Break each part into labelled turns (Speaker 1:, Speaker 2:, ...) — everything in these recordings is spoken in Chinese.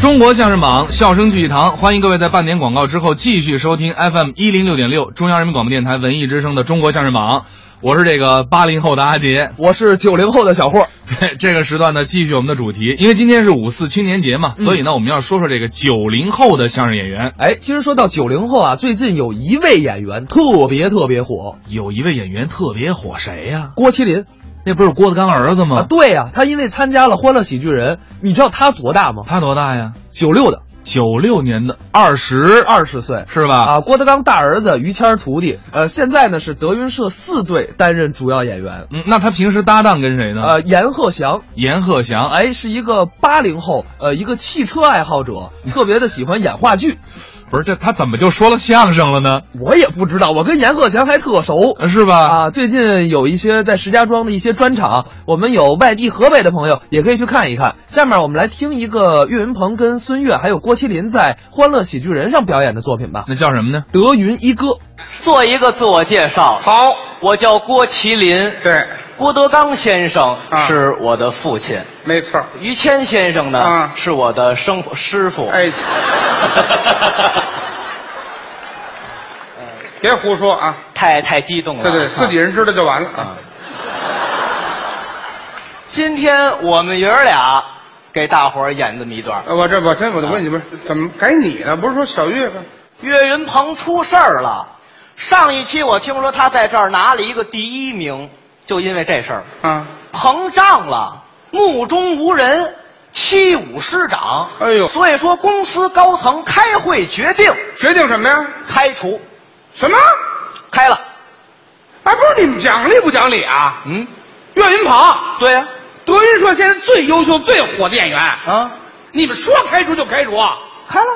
Speaker 1: 中国相声榜，笑声聚一堂，欢迎各位在半点广告之后继续收听 FM 一零六点六中央人民广播电台文艺之声的《中国相声榜》，我是这个八零后的阿杰。
Speaker 2: 我是九零后的小霍，
Speaker 1: 对 这个时段呢，继续我们的主题，因为今天是五四青年节嘛，所以呢，我们要说说这个九零后的相声演员。
Speaker 2: 哎，其实说到九零后啊，最近有一位演员特别特别火，
Speaker 1: 有一位演员特别火，谁呀、
Speaker 2: 郭麒麟
Speaker 1: 那不是郭德纲的儿子吗？
Speaker 2: 啊，对呀、他因为参加了《欢乐喜剧人》，你知道他多大吗？
Speaker 1: 他多大呀？
Speaker 2: 九六的，
Speaker 1: 九六年的，二十
Speaker 2: 二十岁
Speaker 1: 是吧？
Speaker 2: 啊。郭德纲大儿子于谦儿徒弟，呃，现在呢是德云社四队担任主要演员，
Speaker 1: 嗯，那他平时搭档跟谁呢？
Speaker 2: 呃，阎鹤祥。
Speaker 1: 阎鹤祥，哎，
Speaker 2: 哎，是一个八零后，呃，一个汽车爱好者，特别的喜欢演话剧。
Speaker 1: 不是这他怎么就说了相声了呢？
Speaker 2: 我也不知道，我跟阎鹤祥还特熟。
Speaker 1: 呃是吧？
Speaker 2: 啊，最近有一些在石家庄的一些专场，我们有外地河北的朋友也可以去看一看。下面我们来听一个岳云鹏跟孙越还有郭麒麟在《欢乐喜剧人》上表演的作品吧，
Speaker 1: 那叫什么呢？
Speaker 2: 《德云一哥》。
Speaker 3: 做一个自我介绍，
Speaker 4: 好，
Speaker 3: 我叫郭麒麟，
Speaker 4: 对，
Speaker 3: 郭德纲先生
Speaker 4: 啊
Speaker 3: 是我的父亲，
Speaker 4: 没错儿。
Speaker 3: 于谦先生呢、
Speaker 4: 啊
Speaker 3: 是我的生父师傅。
Speaker 4: 哎，别胡说啊！
Speaker 3: 太太激动了，
Speaker 4: 对对，
Speaker 3: 啊
Speaker 4: 自己人知道就完了
Speaker 3: 啊。今天我们爷儿俩给大伙儿演这么一段。
Speaker 4: 呃我这我这我就问你们，怎么该你了？不是说小月吗？
Speaker 3: 岳云鹏出事儿了，上一期我听说他在这儿拿了一个第一名，就因为这事儿。
Speaker 4: 啊，
Speaker 3: 膨胀了，目中无人，欺侮师长。
Speaker 4: 哎呦
Speaker 3: 所以说，公司高层开会决定
Speaker 4: 决定什么呀？
Speaker 3: 开除，
Speaker 4: 什么？
Speaker 3: 开了。
Speaker 4: 哎，不是你们讲理不讲理啊？
Speaker 3: 嗯，
Speaker 4: 岳云鹏，
Speaker 3: 对呀、
Speaker 4: 德云社现在最优秀、最火的演员，
Speaker 3: 啊，
Speaker 4: 你们说开除就开除？
Speaker 3: 开了。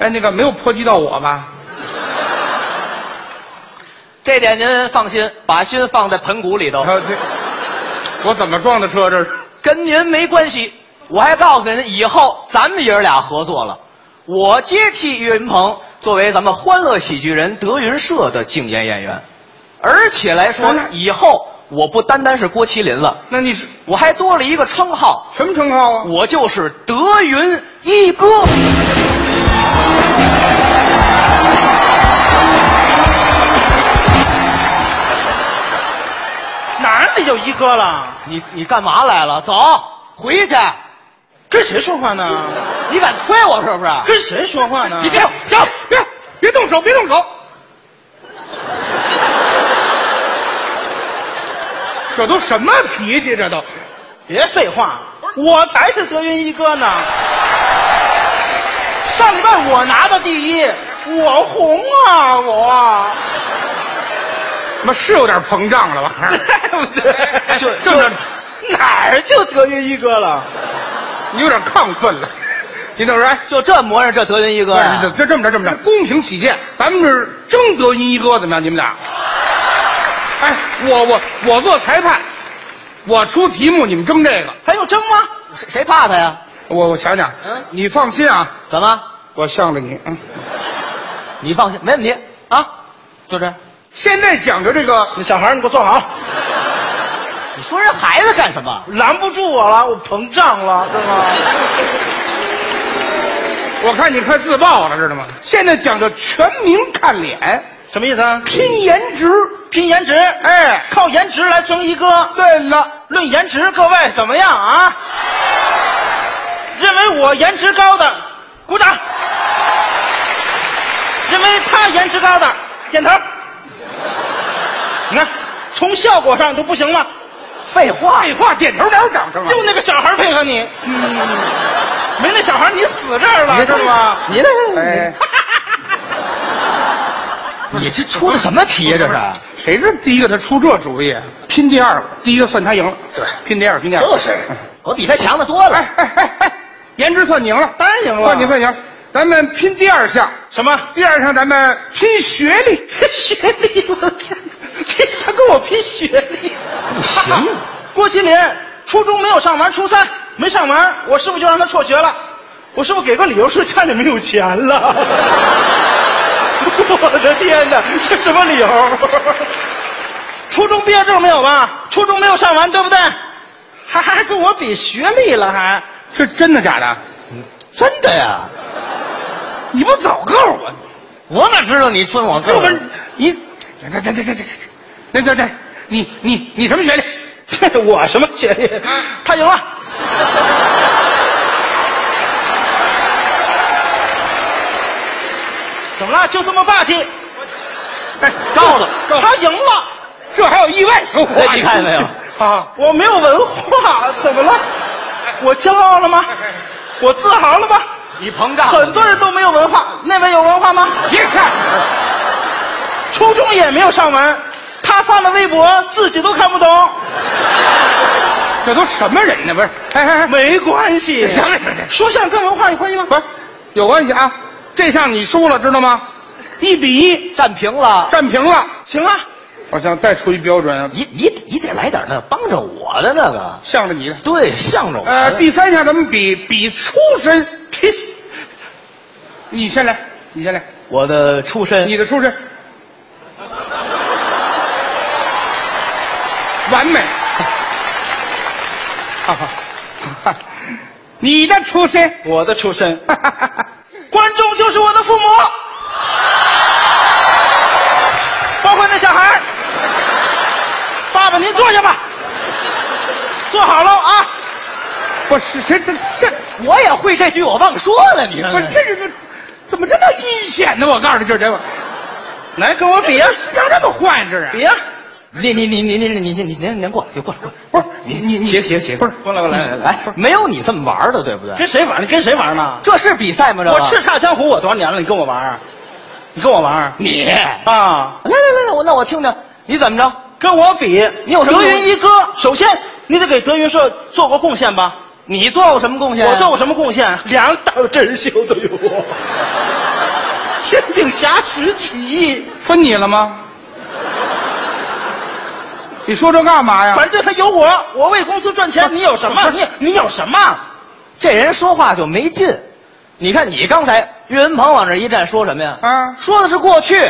Speaker 4: 哎，那个没有波及到我吧？
Speaker 3: 这点您放心，把心放在盆骨里头，
Speaker 4: 啊，这我怎么撞的车？这是
Speaker 3: 跟您没关系。我还告诉您，以后咱们爷儿俩合作了，我接替岳云鹏作为咱们欢乐喜剧人德云社的竞演演员，而且来说
Speaker 4: 等等
Speaker 3: 以后我不单单是郭麒麟了，
Speaker 4: 那你是
Speaker 3: 我还多了一个称号，
Speaker 4: 什么称号啊？
Speaker 3: 我就是德云一哥。
Speaker 4: 哪儿里有一哥了？
Speaker 3: 你你干嘛来了？走，回去。
Speaker 4: 跟谁说话呢？
Speaker 3: 你敢推我是不是？
Speaker 4: 跟谁说话呢
Speaker 3: 你停停！
Speaker 4: 别别动手，别动手！这都什么脾气？这都
Speaker 3: 别废话，
Speaker 4: 我才是德云一哥呢！上礼拜我拿的第一，我红啊我！妈是有点膨胀了吧？ 对不对？
Speaker 3: 就
Speaker 4: 这么着
Speaker 3: 哪儿就德云一哥了？
Speaker 4: 你有点亢奋了，你等着哎。
Speaker 3: 就这模样，这德云一哥、
Speaker 4: 这
Speaker 3: 呀
Speaker 4: 这这么着，这么着，公平起见，咱们是争得一哥，怎么样？你们 俩？哎，我我我做裁判，我出题目，你们争这个。
Speaker 3: 还用争吗？谁谁怕他呀？
Speaker 4: 我我想想，
Speaker 3: 嗯
Speaker 4: 你放心啊，
Speaker 3: 怎么？
Speaker 4: 我向着你。嗯，
Speaker 3: 你放心，没问题啊。就这样，
Speaker 4: 现在讲究这个，
Speaker 3: 小孩，你给我坐好。你说人孩子干什么？
Speaker 4: 拦不住我了，我膨胀了，是吗？我看你快自爆了，知道吗？现在讲究全民看脸，
Speaker 3: 什么意思啊？
Speaker 4: 拼颜值。
Speaker 3: 拼颜值，
Speaker 4: 哎，
Speaker 3: 靠颜值来争一哥。
Speaker 4: 对了。
Speaker 3: 论颜值，各位怎么样啊？认为我颜值高的，鼓掌；认为他颜值高的，点头。你看，从效果上都不行了。废话，
Speaker 4: 废话，点头哪有掌声啊？
Speaker 3: 就那个小孩配合你，嗯，没那小孩你死这儿了，
Speaker 4: 别
Speaker 3: 知道吗？
Speaker 2: 你来，
Speaker 4: 哎，
Speaker 3: 你哎这啊出的什么题呀、
Speaker 4: 谁知第一个他出这主意？拼第二个，第一个算他赢了。对，拼第二个，拼第二个。
Speaker 3: 就是，我比他强的多了。
Speaker 4: 哎哎哎哎，颜值算你赢了，
Speaker 3: 当然赢了
Speaker 4: 算你算赢。咱们拼第二项，
Speaker 3: 什么？
Speaker 4: 第二项咱们拼学历，拼学历，我的天哪，他跟我拼学历，
Speaker 3: 不行，
Speaker 5: 郭麒麟初中没有上完，初三没上完，我师傅就让他辍学了。我师傅给个理由说家里没有钱了。 我的天哪，这什么理由？初中毕业证没有吧？初中没有上完，对不对？还还还跟我比学历了还？
Speaker 4: 是真的假的？
Speaker 5: 真的呀？
Speaker 4: 你不早告诉我，
Speaker 3: 我哪知道你尊我
Speaker 4: 这
Speaker 3: 个
Speaker 4: 不
Speaker 3: 儿
Speaker 4: 是你，这这这这这这，那这这，你你你什么学历？ 啊
Speaker 5: 我什么学历？他赢 了。怎么了？就这么霸气？
Speaker 4: 哎，
Speaker 5: 告诉
Speaker 4: 告诉
Speaker 5: 他赢了，
Speaker 4: 这还有意外收获，
Speaker 3: 哎你看见没有？
Speaker 4: 啊，
Speaker 5: 我没有文化，怎么了？我骄傲了
Speaker 4: 哎
Speaker 5: 吗？我自豪了吗？
Speaker 3: 你膨胀了，
Speaker 5: 很多人都没有文化，那位有文化吗？
Speaker 4: 别看，
Speaker 5: 初中也没有上完，他发的微博自己都看不懂。
Speaker 4: 这都什么人呢？不是，哎哎哎，
Speaker 5: 没关系，
Speaker 4: 行了行了行了
Speaker 5: 说相声跟文化有关系吗？
Speaker 4: 不是，有关系啊。这项你输了，知道吗？一比一
Speaker 3: 占平了。
Speaker 4: 战平了。
Speaker 5: 行啊，
Speaker 4: 我想再出一标准啊，
Speaker 3: 你你你得来点那帮着我的那个，
Speaker 4: 向着你的。
Speaker 3: 对，向着我的。
Speaker 4: 呃，第三项咱们比比出身。 你先来，你先来，
Speaker 3: 我的出身，
Speaker 4: 你的出身。完 美。哈哈，你的出身。
Speaker 5: 我的出身，
Speaker 4: 哈哈哈
Speaker 5: 观众就是我的父母，包括那小孩儿。爸爸，您坐下吧，坐好了啊。
Speaker 4: 不是这这这，
Speaker 3: 我也会这句，我忘说了，你看
Speaker 4: 不是这是这，怎么这么阴险呢？我告诉你，这这，
Speaker 5: 来，跟我比呀、
Speaker 4: 让这么换这是？
Speaker 5: 比呀、
Speaker 3: 哎你你你你你你你你您您过来，您过来，
Speaker 4: 不是你你你
Speaker 3: 行行行，
Speaker 4: 不是
Speaker 5: 过来，过来，来来，
Speaker 3: 哎，没有你这么玩的，对不对？
Speaker 5: 跟谁玩呢？跟谁玩呢？
Speaker 3: 这是比赛吗？这个
Speaker 5: 我叱咤江湖，我多少年了？你跟我玩儿？你跟我玩儿？
Speaker 3: 你啊！
Speaker 5: 啊，
Speaker 3: 来来来，我那我听听，你怎么着？
Speaker 5: 跟我比，
Speaker 3: 你有什么
Speaker 5: 德云一哥？首先，你得给德云社做过贡献吧？
Speaker 3: 你做过什么贡献？
Speaker 5: 我做过什么贡献？两档真秀都有我，煎饼侠十起义，
Speaker 4: 分你了吗？你说这干嘛呀？
Speaker 5: 反正他有我，我为公司赚钱。你有什么？你你有什么？
Speaker 3: 这人说话就没劲。你看你刚才岳云鹏往这一站，说什么呀？
Speaker 4: 啊
Speaker 3: 说的是过去，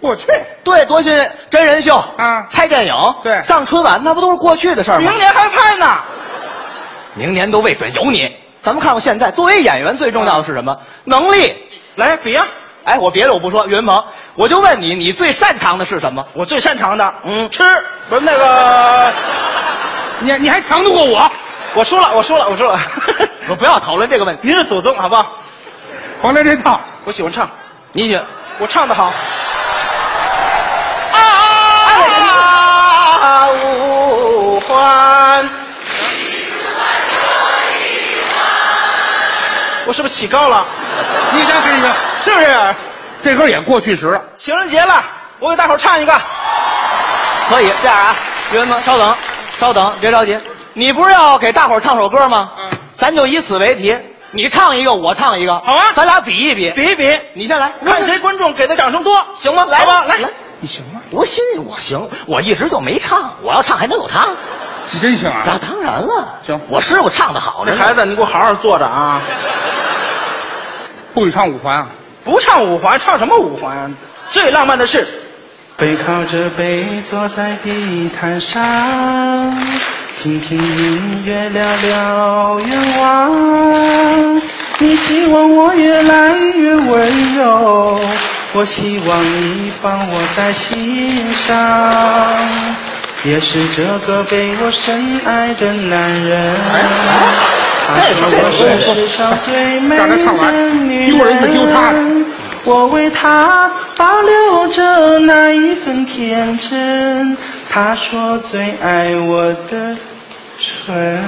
Speaker 4: 我去，
Speaker 3: 对，多新鲜真人秀
Speaker 4: 啊
Speaker 3: 拍电影，
Speaker 4: 对
Speaker 3: 上春晚，那不都是过去的事儿吗？
Speaker 5: 明年还拍呢？
Speaker 3: 明年都未准有你。咱们看看现在，作为演员最重要的是什么？能力。
Speaker 5: 嗯来比呀、
Speaker 3: 哎，我别的我不说，岳云鹏，我就问你，你最擅长的是什么？
Speaker 5: 我最擅长的，
Speaker 3: 嗯
Speaker 5: 吃不是那个，
Speaker 4: 你你还强度过我，
Speaker 5: 我输了，我输了，我 输了。
Speaker 3: 我不要讨论这个问题。
Speaker 5: 您是祖宗好不好？
Speaker 4: 甭来这套。
Speaker 5: 我喜欢唱，
Speaker 3: 你选。
Speaker 5: 我唱的好。
Speaker 3: 哎啊！
Speaker 5: 五环。我是不是起高了？
Speaker 4: 你行行 行，
Speaker 5: 是不是？
Speaker 4: 啊这歌也过去时了。
Speaker 5: 情人节了，我给大伙儿唱一个。
Speaker 3: 可以这样啊，岳云鹏，稍等，稍等，别着急，你不是要给大伙儿唱首歌吗？
Speaker 4: 嗯，
Speaker 3: 咱就以此为题，你唱一个，我唱一个，
Speaker 5: 好啊
Speaker 3: 咱俩比一比，
Speaker 5: 比一比，
Speaker 3: 你先来，
Speaker 5: 看谁观众给的掌声多。
Speaker 3: 行吗？来
Speaker 5: 好吧，
Speaker 3: 来
Speaker 5: 来，
Speaker 4: 你行吗？
Speaker 3: 多新鲜，我行，我一直就没唱，我要唱还能有他？
Speaker 4: 你真行啊！
Speaker 3: 那当然了，
Speaker 4: 行
Speaker 3: 我师傅唱的好，
Speaker 5: 这
Speaker 3: 着呢
Speaker 5: 孩子，你给我好好坐着啊！
Speaker 4: 不许唱五环啊！
Speaker 5: 不唱五环，唱什么五环？啊最浪漫的是，背靠着背坐在地毯上，听听音乐，聊聊愿望。你希望我越来越温柔，我希望你放我在心上。也是这个被我深爱的男人，他
Speaker 3: 哎
Speaker 5: 是我世上最美
Speaker 4: 让他唱完
Speaker 5: 的女
Speaker 4: 丢人可丢他了
Speaker 5: 我为他保留着那一份天真。他说最爱我的唇，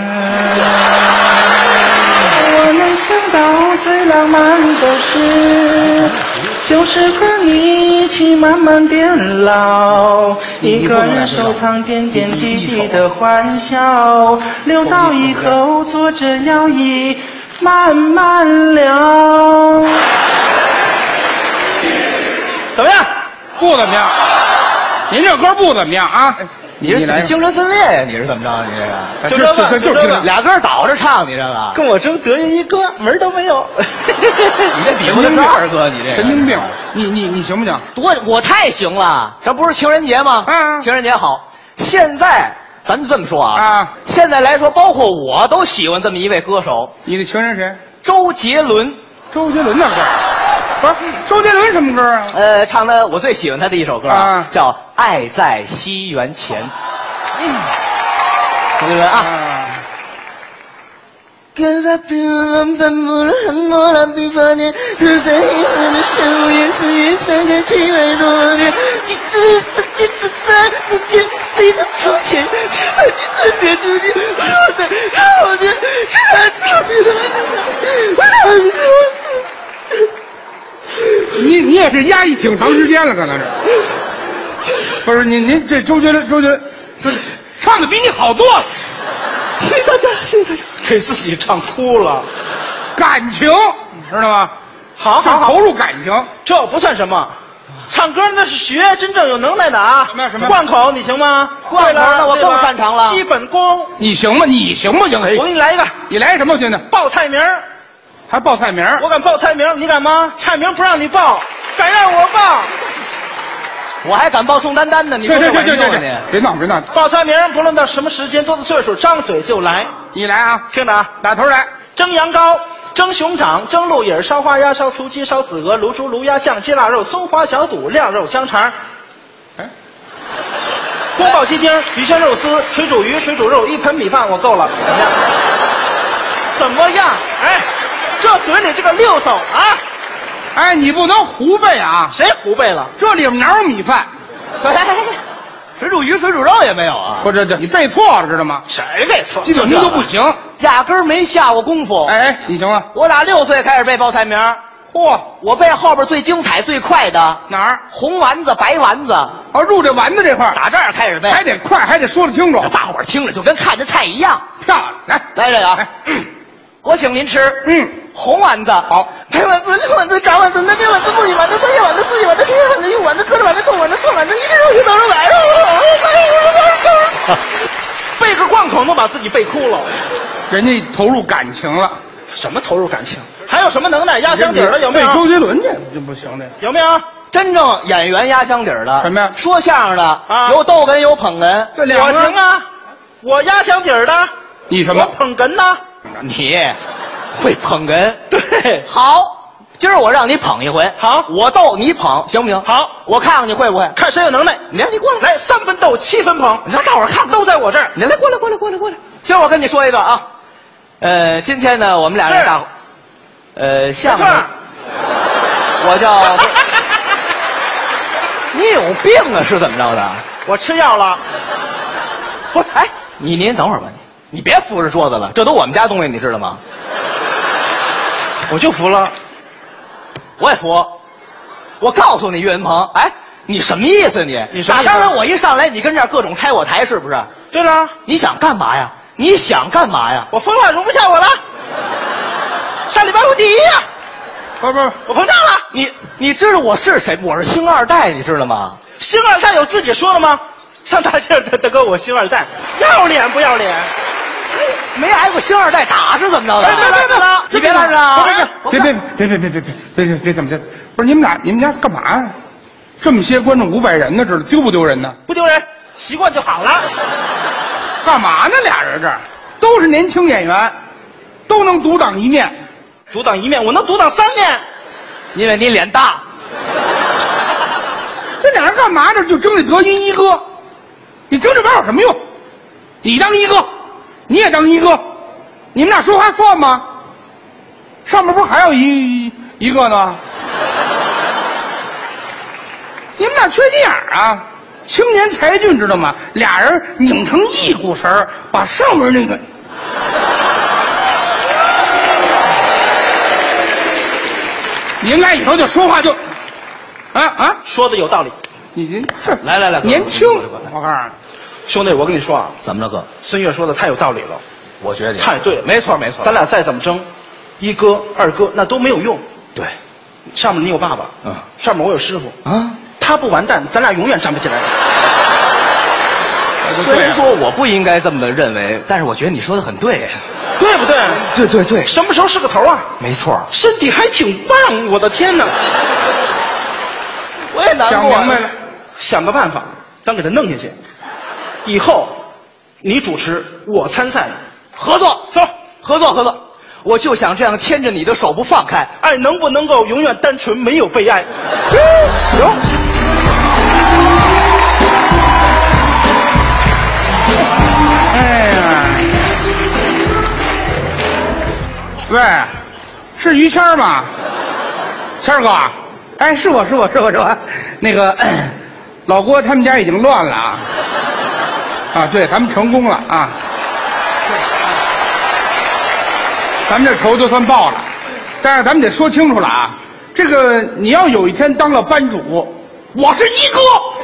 Speaker 5: 我能想到最浪漫的事，就是和你一起慢慢变老，一个人收藏点点滴滴的欢笑，留到以后坐着摇椅慢慢聊。怎么样？
Speaker 4: 不怎么 样，您这歌不怎么样啊！
Speaker 5: 哎
Speaker 3: 你这
Speaker 4: 来吧
Speaker 3: 精神分裂呀？你是怎么着？你这个
Speaker 4: 哎
Speaker 5: 就这么
Speaker 4: 就
Speaker 5: 就这么
Speaker 3: 俩
Speaker 4: 俩
Speaker 3: 歌倒着唱，你这个
Speaker 5: 跟我争德云一哥门儿都没有。
Speaker 3: 你这比划的是二哥，你这个
Speaker 4: 神经
Speaker 5: 哎
Speaker 4: 病！你你你行不行？
Speaker 3: 多我太行了，这不是情人节吗？
Speaker 4: 啊
Speaker 3: 情人节好。现在咱们这么说啊，
Speaker 4: 啊
Speaker 3: 现在来说，包括我都喜欢这么一位歌手，
Speaker 4: 你的情人谁？
Speaker 3: 周杰伦，
Speaker 4: 周杰伦的歌，不是周杰伦什么歌啊？
Speaker 3: 呃，唱的我最喜欢他的一首歌
Speaker 4: 啊
Speaker 3: 叫《爱在西元前》。同学们嗯啊。
Speaker 4: 啊，
Speaker 6: 给他比人本不了很莫了比方的，是在黑色的生物颜色颜色的体外弱的，你这是你这在你这谁的从前是在你身边的你，是我的，是我的，是他做的，我操你！
Speaker 4: 你你也是压抑挺长时间了，可能是。不是您您这周杰伦周杰伦，不是唱的比你好多了，
Speaker 6: 谢谢大家，谢谢大家。
Speaker 5: 给自己唱哭了，
Speaker 4: 感情知道吗？
Speaker 5: 好好
Speaker 4: 投
Speaker 5: 好，
Speaker 4: 入感情。
Speaker 5: 这不算什么。唱歌那是学真正有能耐的啊！
Speaker 4: 什么呀什么呀
Speaker 5: 贯口你行吗？
Speaker 3: 贯口
Speaker 5: 会了
Speaker 3: 那我
Speaker 5: 对吧
Speaker 3: 更擅长了
Speaker 5: 基本功，
Speaker 4: 你行吗？你行吗？行
Speaker 5: 我给你来一个
Speaker 4: 你来什么？兄弟，
Speaker 5: 报菜名儿
Speaker 4: 还报菜名儿？
Speaker 5: 我敢报菜名儿，你敢吗？菜名不让你报，敢让我报？
Speaker 3: 我还敢报宋丹丹呢，你
Speaker 4: 去
Speaker 3: 说
Speaker 4: 去
Speaker 3: 这
Speaker 4: 去
Speaker 3: 玩
Speaker 4: 去
Speaker 3: 意
Speaker 4: 去
Speaker 3: 儿
Speaker 4: 去
Speaker 3: 呢？！
Speaker 4: 别闹别闹，
Speaker 5: 报菜名儿不论到什么时间、多大岁数，张嘴就来。
Speaker 4: 你来啊，
Speaker 5: 听着啊，
Speaker 4: 打头来。
Speaker 5: 蒸羊羔、蒸熊掌、蒸鹿尾儿、烧花鸭、烧雏鸡、烧子鹅、卤猪、卤鸭、酱鸡、腊肉、松花小肚、晾肉香肠、
Speaker 4: 哎，
Speaker 5: 宫保鸡丁、鱼香肉丝、水煮鱼、水煮肉，一盆米饭我够了。怎么样？怎么样？哎，这嘴里这个溜嗖啊，
Speaker 4: 哎，你不能胡背啊！
Speaker 5: 谁胡背了？哎
Speaker 4: 这里面哪有米饭？
Speaker 3: 哎水煮鱼、水煮肉也没有啊，
Speaker 4: 不，这这你背错了，知道吗？
Speaker 5: 谁背错
Speaker 4: 基本功都不行。
Speaker 3: 压根儿没下过功夫。
Speaker 4: 哎，你行吗？
Speaker 3: 我打六岁开始背报菜名儿，
Speaker 4: 嚯，
Speaker 3: 我背后边最精彩、最快的
Speaker 4: 哪儿？
Speaker 3: 红丸子、白丸子，
Speaker 4: 哦，入这丸子这块儿
Speaker 3: 打这儿开始背，
Speaker 4: 还得快，还得说得清楚，
Speaker 3: 大伙儿听着就跟看着菜一样。
Speaker 4: 漂亮！来
Speaker 3: 来这个啊
Speaker 4: 哎，
Speaker 3: 我请您吃，
Speaker 4: 嗯，
Speaker 3: 红丸子，
Speaker 4: 好，
Speaker 6: 白碗子、绿碗子、炸碗子、南京碗子、木鱼丸子、三叶丸子、四叶丸子、天叶丸子、玉丸子、鸽子丸子、冻丸子、蒜丸子、一只肉、一刀肉、白肉。
Speaker 5: 背个贯口都把自己背哭了。
Speaker 4: 人家投入感情了。
Speaker 5: 什么投入感情？还有什么能耐？压箱底儿的有没
Speaker 4: 背周
Speaker 5: 有？
Speaker 4: 杰伦去就不行这。
Speaker 5: 有没有？
Speaker 3: 真正演员压箱底儿的
Speaker 4: 什么呀
Speaker 3: 说相声的
Speaker 5: 啊
Speaker 3: 有逗哏有捧哏，
Speaker 4: 这两个
Speaker 5: 我行啊，我压箱底儿的，
Speaker 4: 你什
Speaker 5: 我
Speaker 4: 么？
Speaker 5: 捧哏呢？
Speaker 3: 你会捧哏，
Speaker 5: 对
Speaker 3: 好，今儿我让你捧一回，
Speaker 5: 好
Speaker 3: 我逗你捧，行不行？
Speaker 5: 好，
Speaker 3: 我看看你会不会。
Speaker 5: 看谁有能耐。
Speaker 3: 你来，你过来，
Speaker 5: 来，三分逗，七分捧，
Speaker 3: 你让大伙儿看
Speaker 5: 都在我这儿。
Speaker 3: 你来，过来，过来，过来，过来。今儿我跟你说一段啊，呃，今天呢，我们俩人
Speaker 5: 是
Speaker 3: 大伙，呃，相
Speaker 5: 没
Speaker 3: 声
Speaker 5: 错，
Speaker 3: 我叫， 你有病啊，是怎么着的？
Speaker 5: 我吃药了，
Speaker 3: 不是，哎，你您等会儿吧，你你别扶着桌子了，这都我们家东西，你知道吗？
Speaker 5: 我就服了。
Speaker 3: 我也服。我告诉你，岳云鹏，哎，你什么意思你？
Speaker 5: 你什
Speaker 3: 打
Speaker 5: 么意思
Speaker 3: 当
Speaker 5: 啊
Speaker 3: 然，我一上来你跟这儿各种拆我台是不是？
Speaker 5: 对了，
Speaker 3: 你想干嘛呀？你想干嘛呀？
Speaker 5: 我疯了，容不下 我了。上礼拜我第一呀、
Speaker 4: 不不，
Speaker 5: 我膨胀了。
Speaker 3: 啊你你知道我是谁？我是星二代，你知道吗？
Speaker 5: 星二代有自己说了吗？ 上大街的大哥，我星二代，要脸不要脸？
Speaker 3: 没挨过星二代打是怎么着的？
Speaker 5: 哎别别别
Speaker 3: 你别拦着啊！
Speaker 5: 哎
Speaker 4: 别别别别别别别别别别怎么着？不是你们俩，你们家干嘛呀？这么些观众五百人呢，这丢不丢人呢？
Speaker 5: 不丢人，习惯就好了。
Speaker 4: 干嘛呢？俩人这儿都是年轻演员，都能独当一面。
Speaker 5: 独当一面，我能独当三面。
Speaker 3: 因为你脸大，
Speaker 4: 这俩人干嘛呢？就争这德云一哥，你争这玩意儿有什么用？你当一哥，你也当一哥，你们俩说话算吗？上面不是还有一一个呢？ 你们俩缺心眼儿啊！青年才俊知道吗？俩人拧成一股绳儿，把上面那个你应该以后就说话就，啊啊！
Speaker 5: 说的有道理，
Speaker 4: 你这是
Speaker 3: 来来来哥
Speaker 4: 年轻，
Speaker 3: 过来过来
Speaker 4: 我告诉
Speaker 5: 兄弟，我跟你说啊，
Speaker 3: 怎么着哥？
Speaker 5: 孙越说的太有道理了，
Speaker 3: 我觉得你
Speaker 5: 太对了。
Speaker 3: 没错没错。
Speaker 5: 咱俩再怎么争，一哥二哥那都没有用。
Speaker 3: 对
Speaker 5: 上面你有爸爸，
Speaker 3: 嗯
Speaker 5: 上面我有师傅，
Speaker 3: 啊。
Speaker 5: 他不完蛋，咱俩永远站不起来。
Speaker 3: 虽然说我不应该这么认为，但是我觉得你说的很对。
Speaker 5: 对不对？
Speaker 3: 对对对
Speaker 5: 什么时候是个头啊？
Speaker 3: 没错。
Speaker 5: 身体还挺棒，我的天哪！
Speaker 3: 我也
Speaker 4: 你，
Speaker 3: 难
Speaker 4: 想
Speaker 3: 过。
Speaker 4: 明白了，
Speaker 5: 想个办法，咱给他弄下去。以后你主持，我参赛，
Speaker 3: 合作，
Speaker 5: 走，
Speaker 3: 合作合作。我就想这样牵着你的手不放开。
Speaker 5: 爱能不能够永远单纯，没有被爱？
Speaker 3: 行。
Speaker 4: 哎呀，喂，是于谦儿吗？谦儿哥，哎，是我是我是我是我，那个咳老郭他们家已经乱了啊，啊，对，咱们成功了啊，咱们这仇就算报了，但是咱们得说清楚了啊，这个你要有一天当了班主，我是一哥。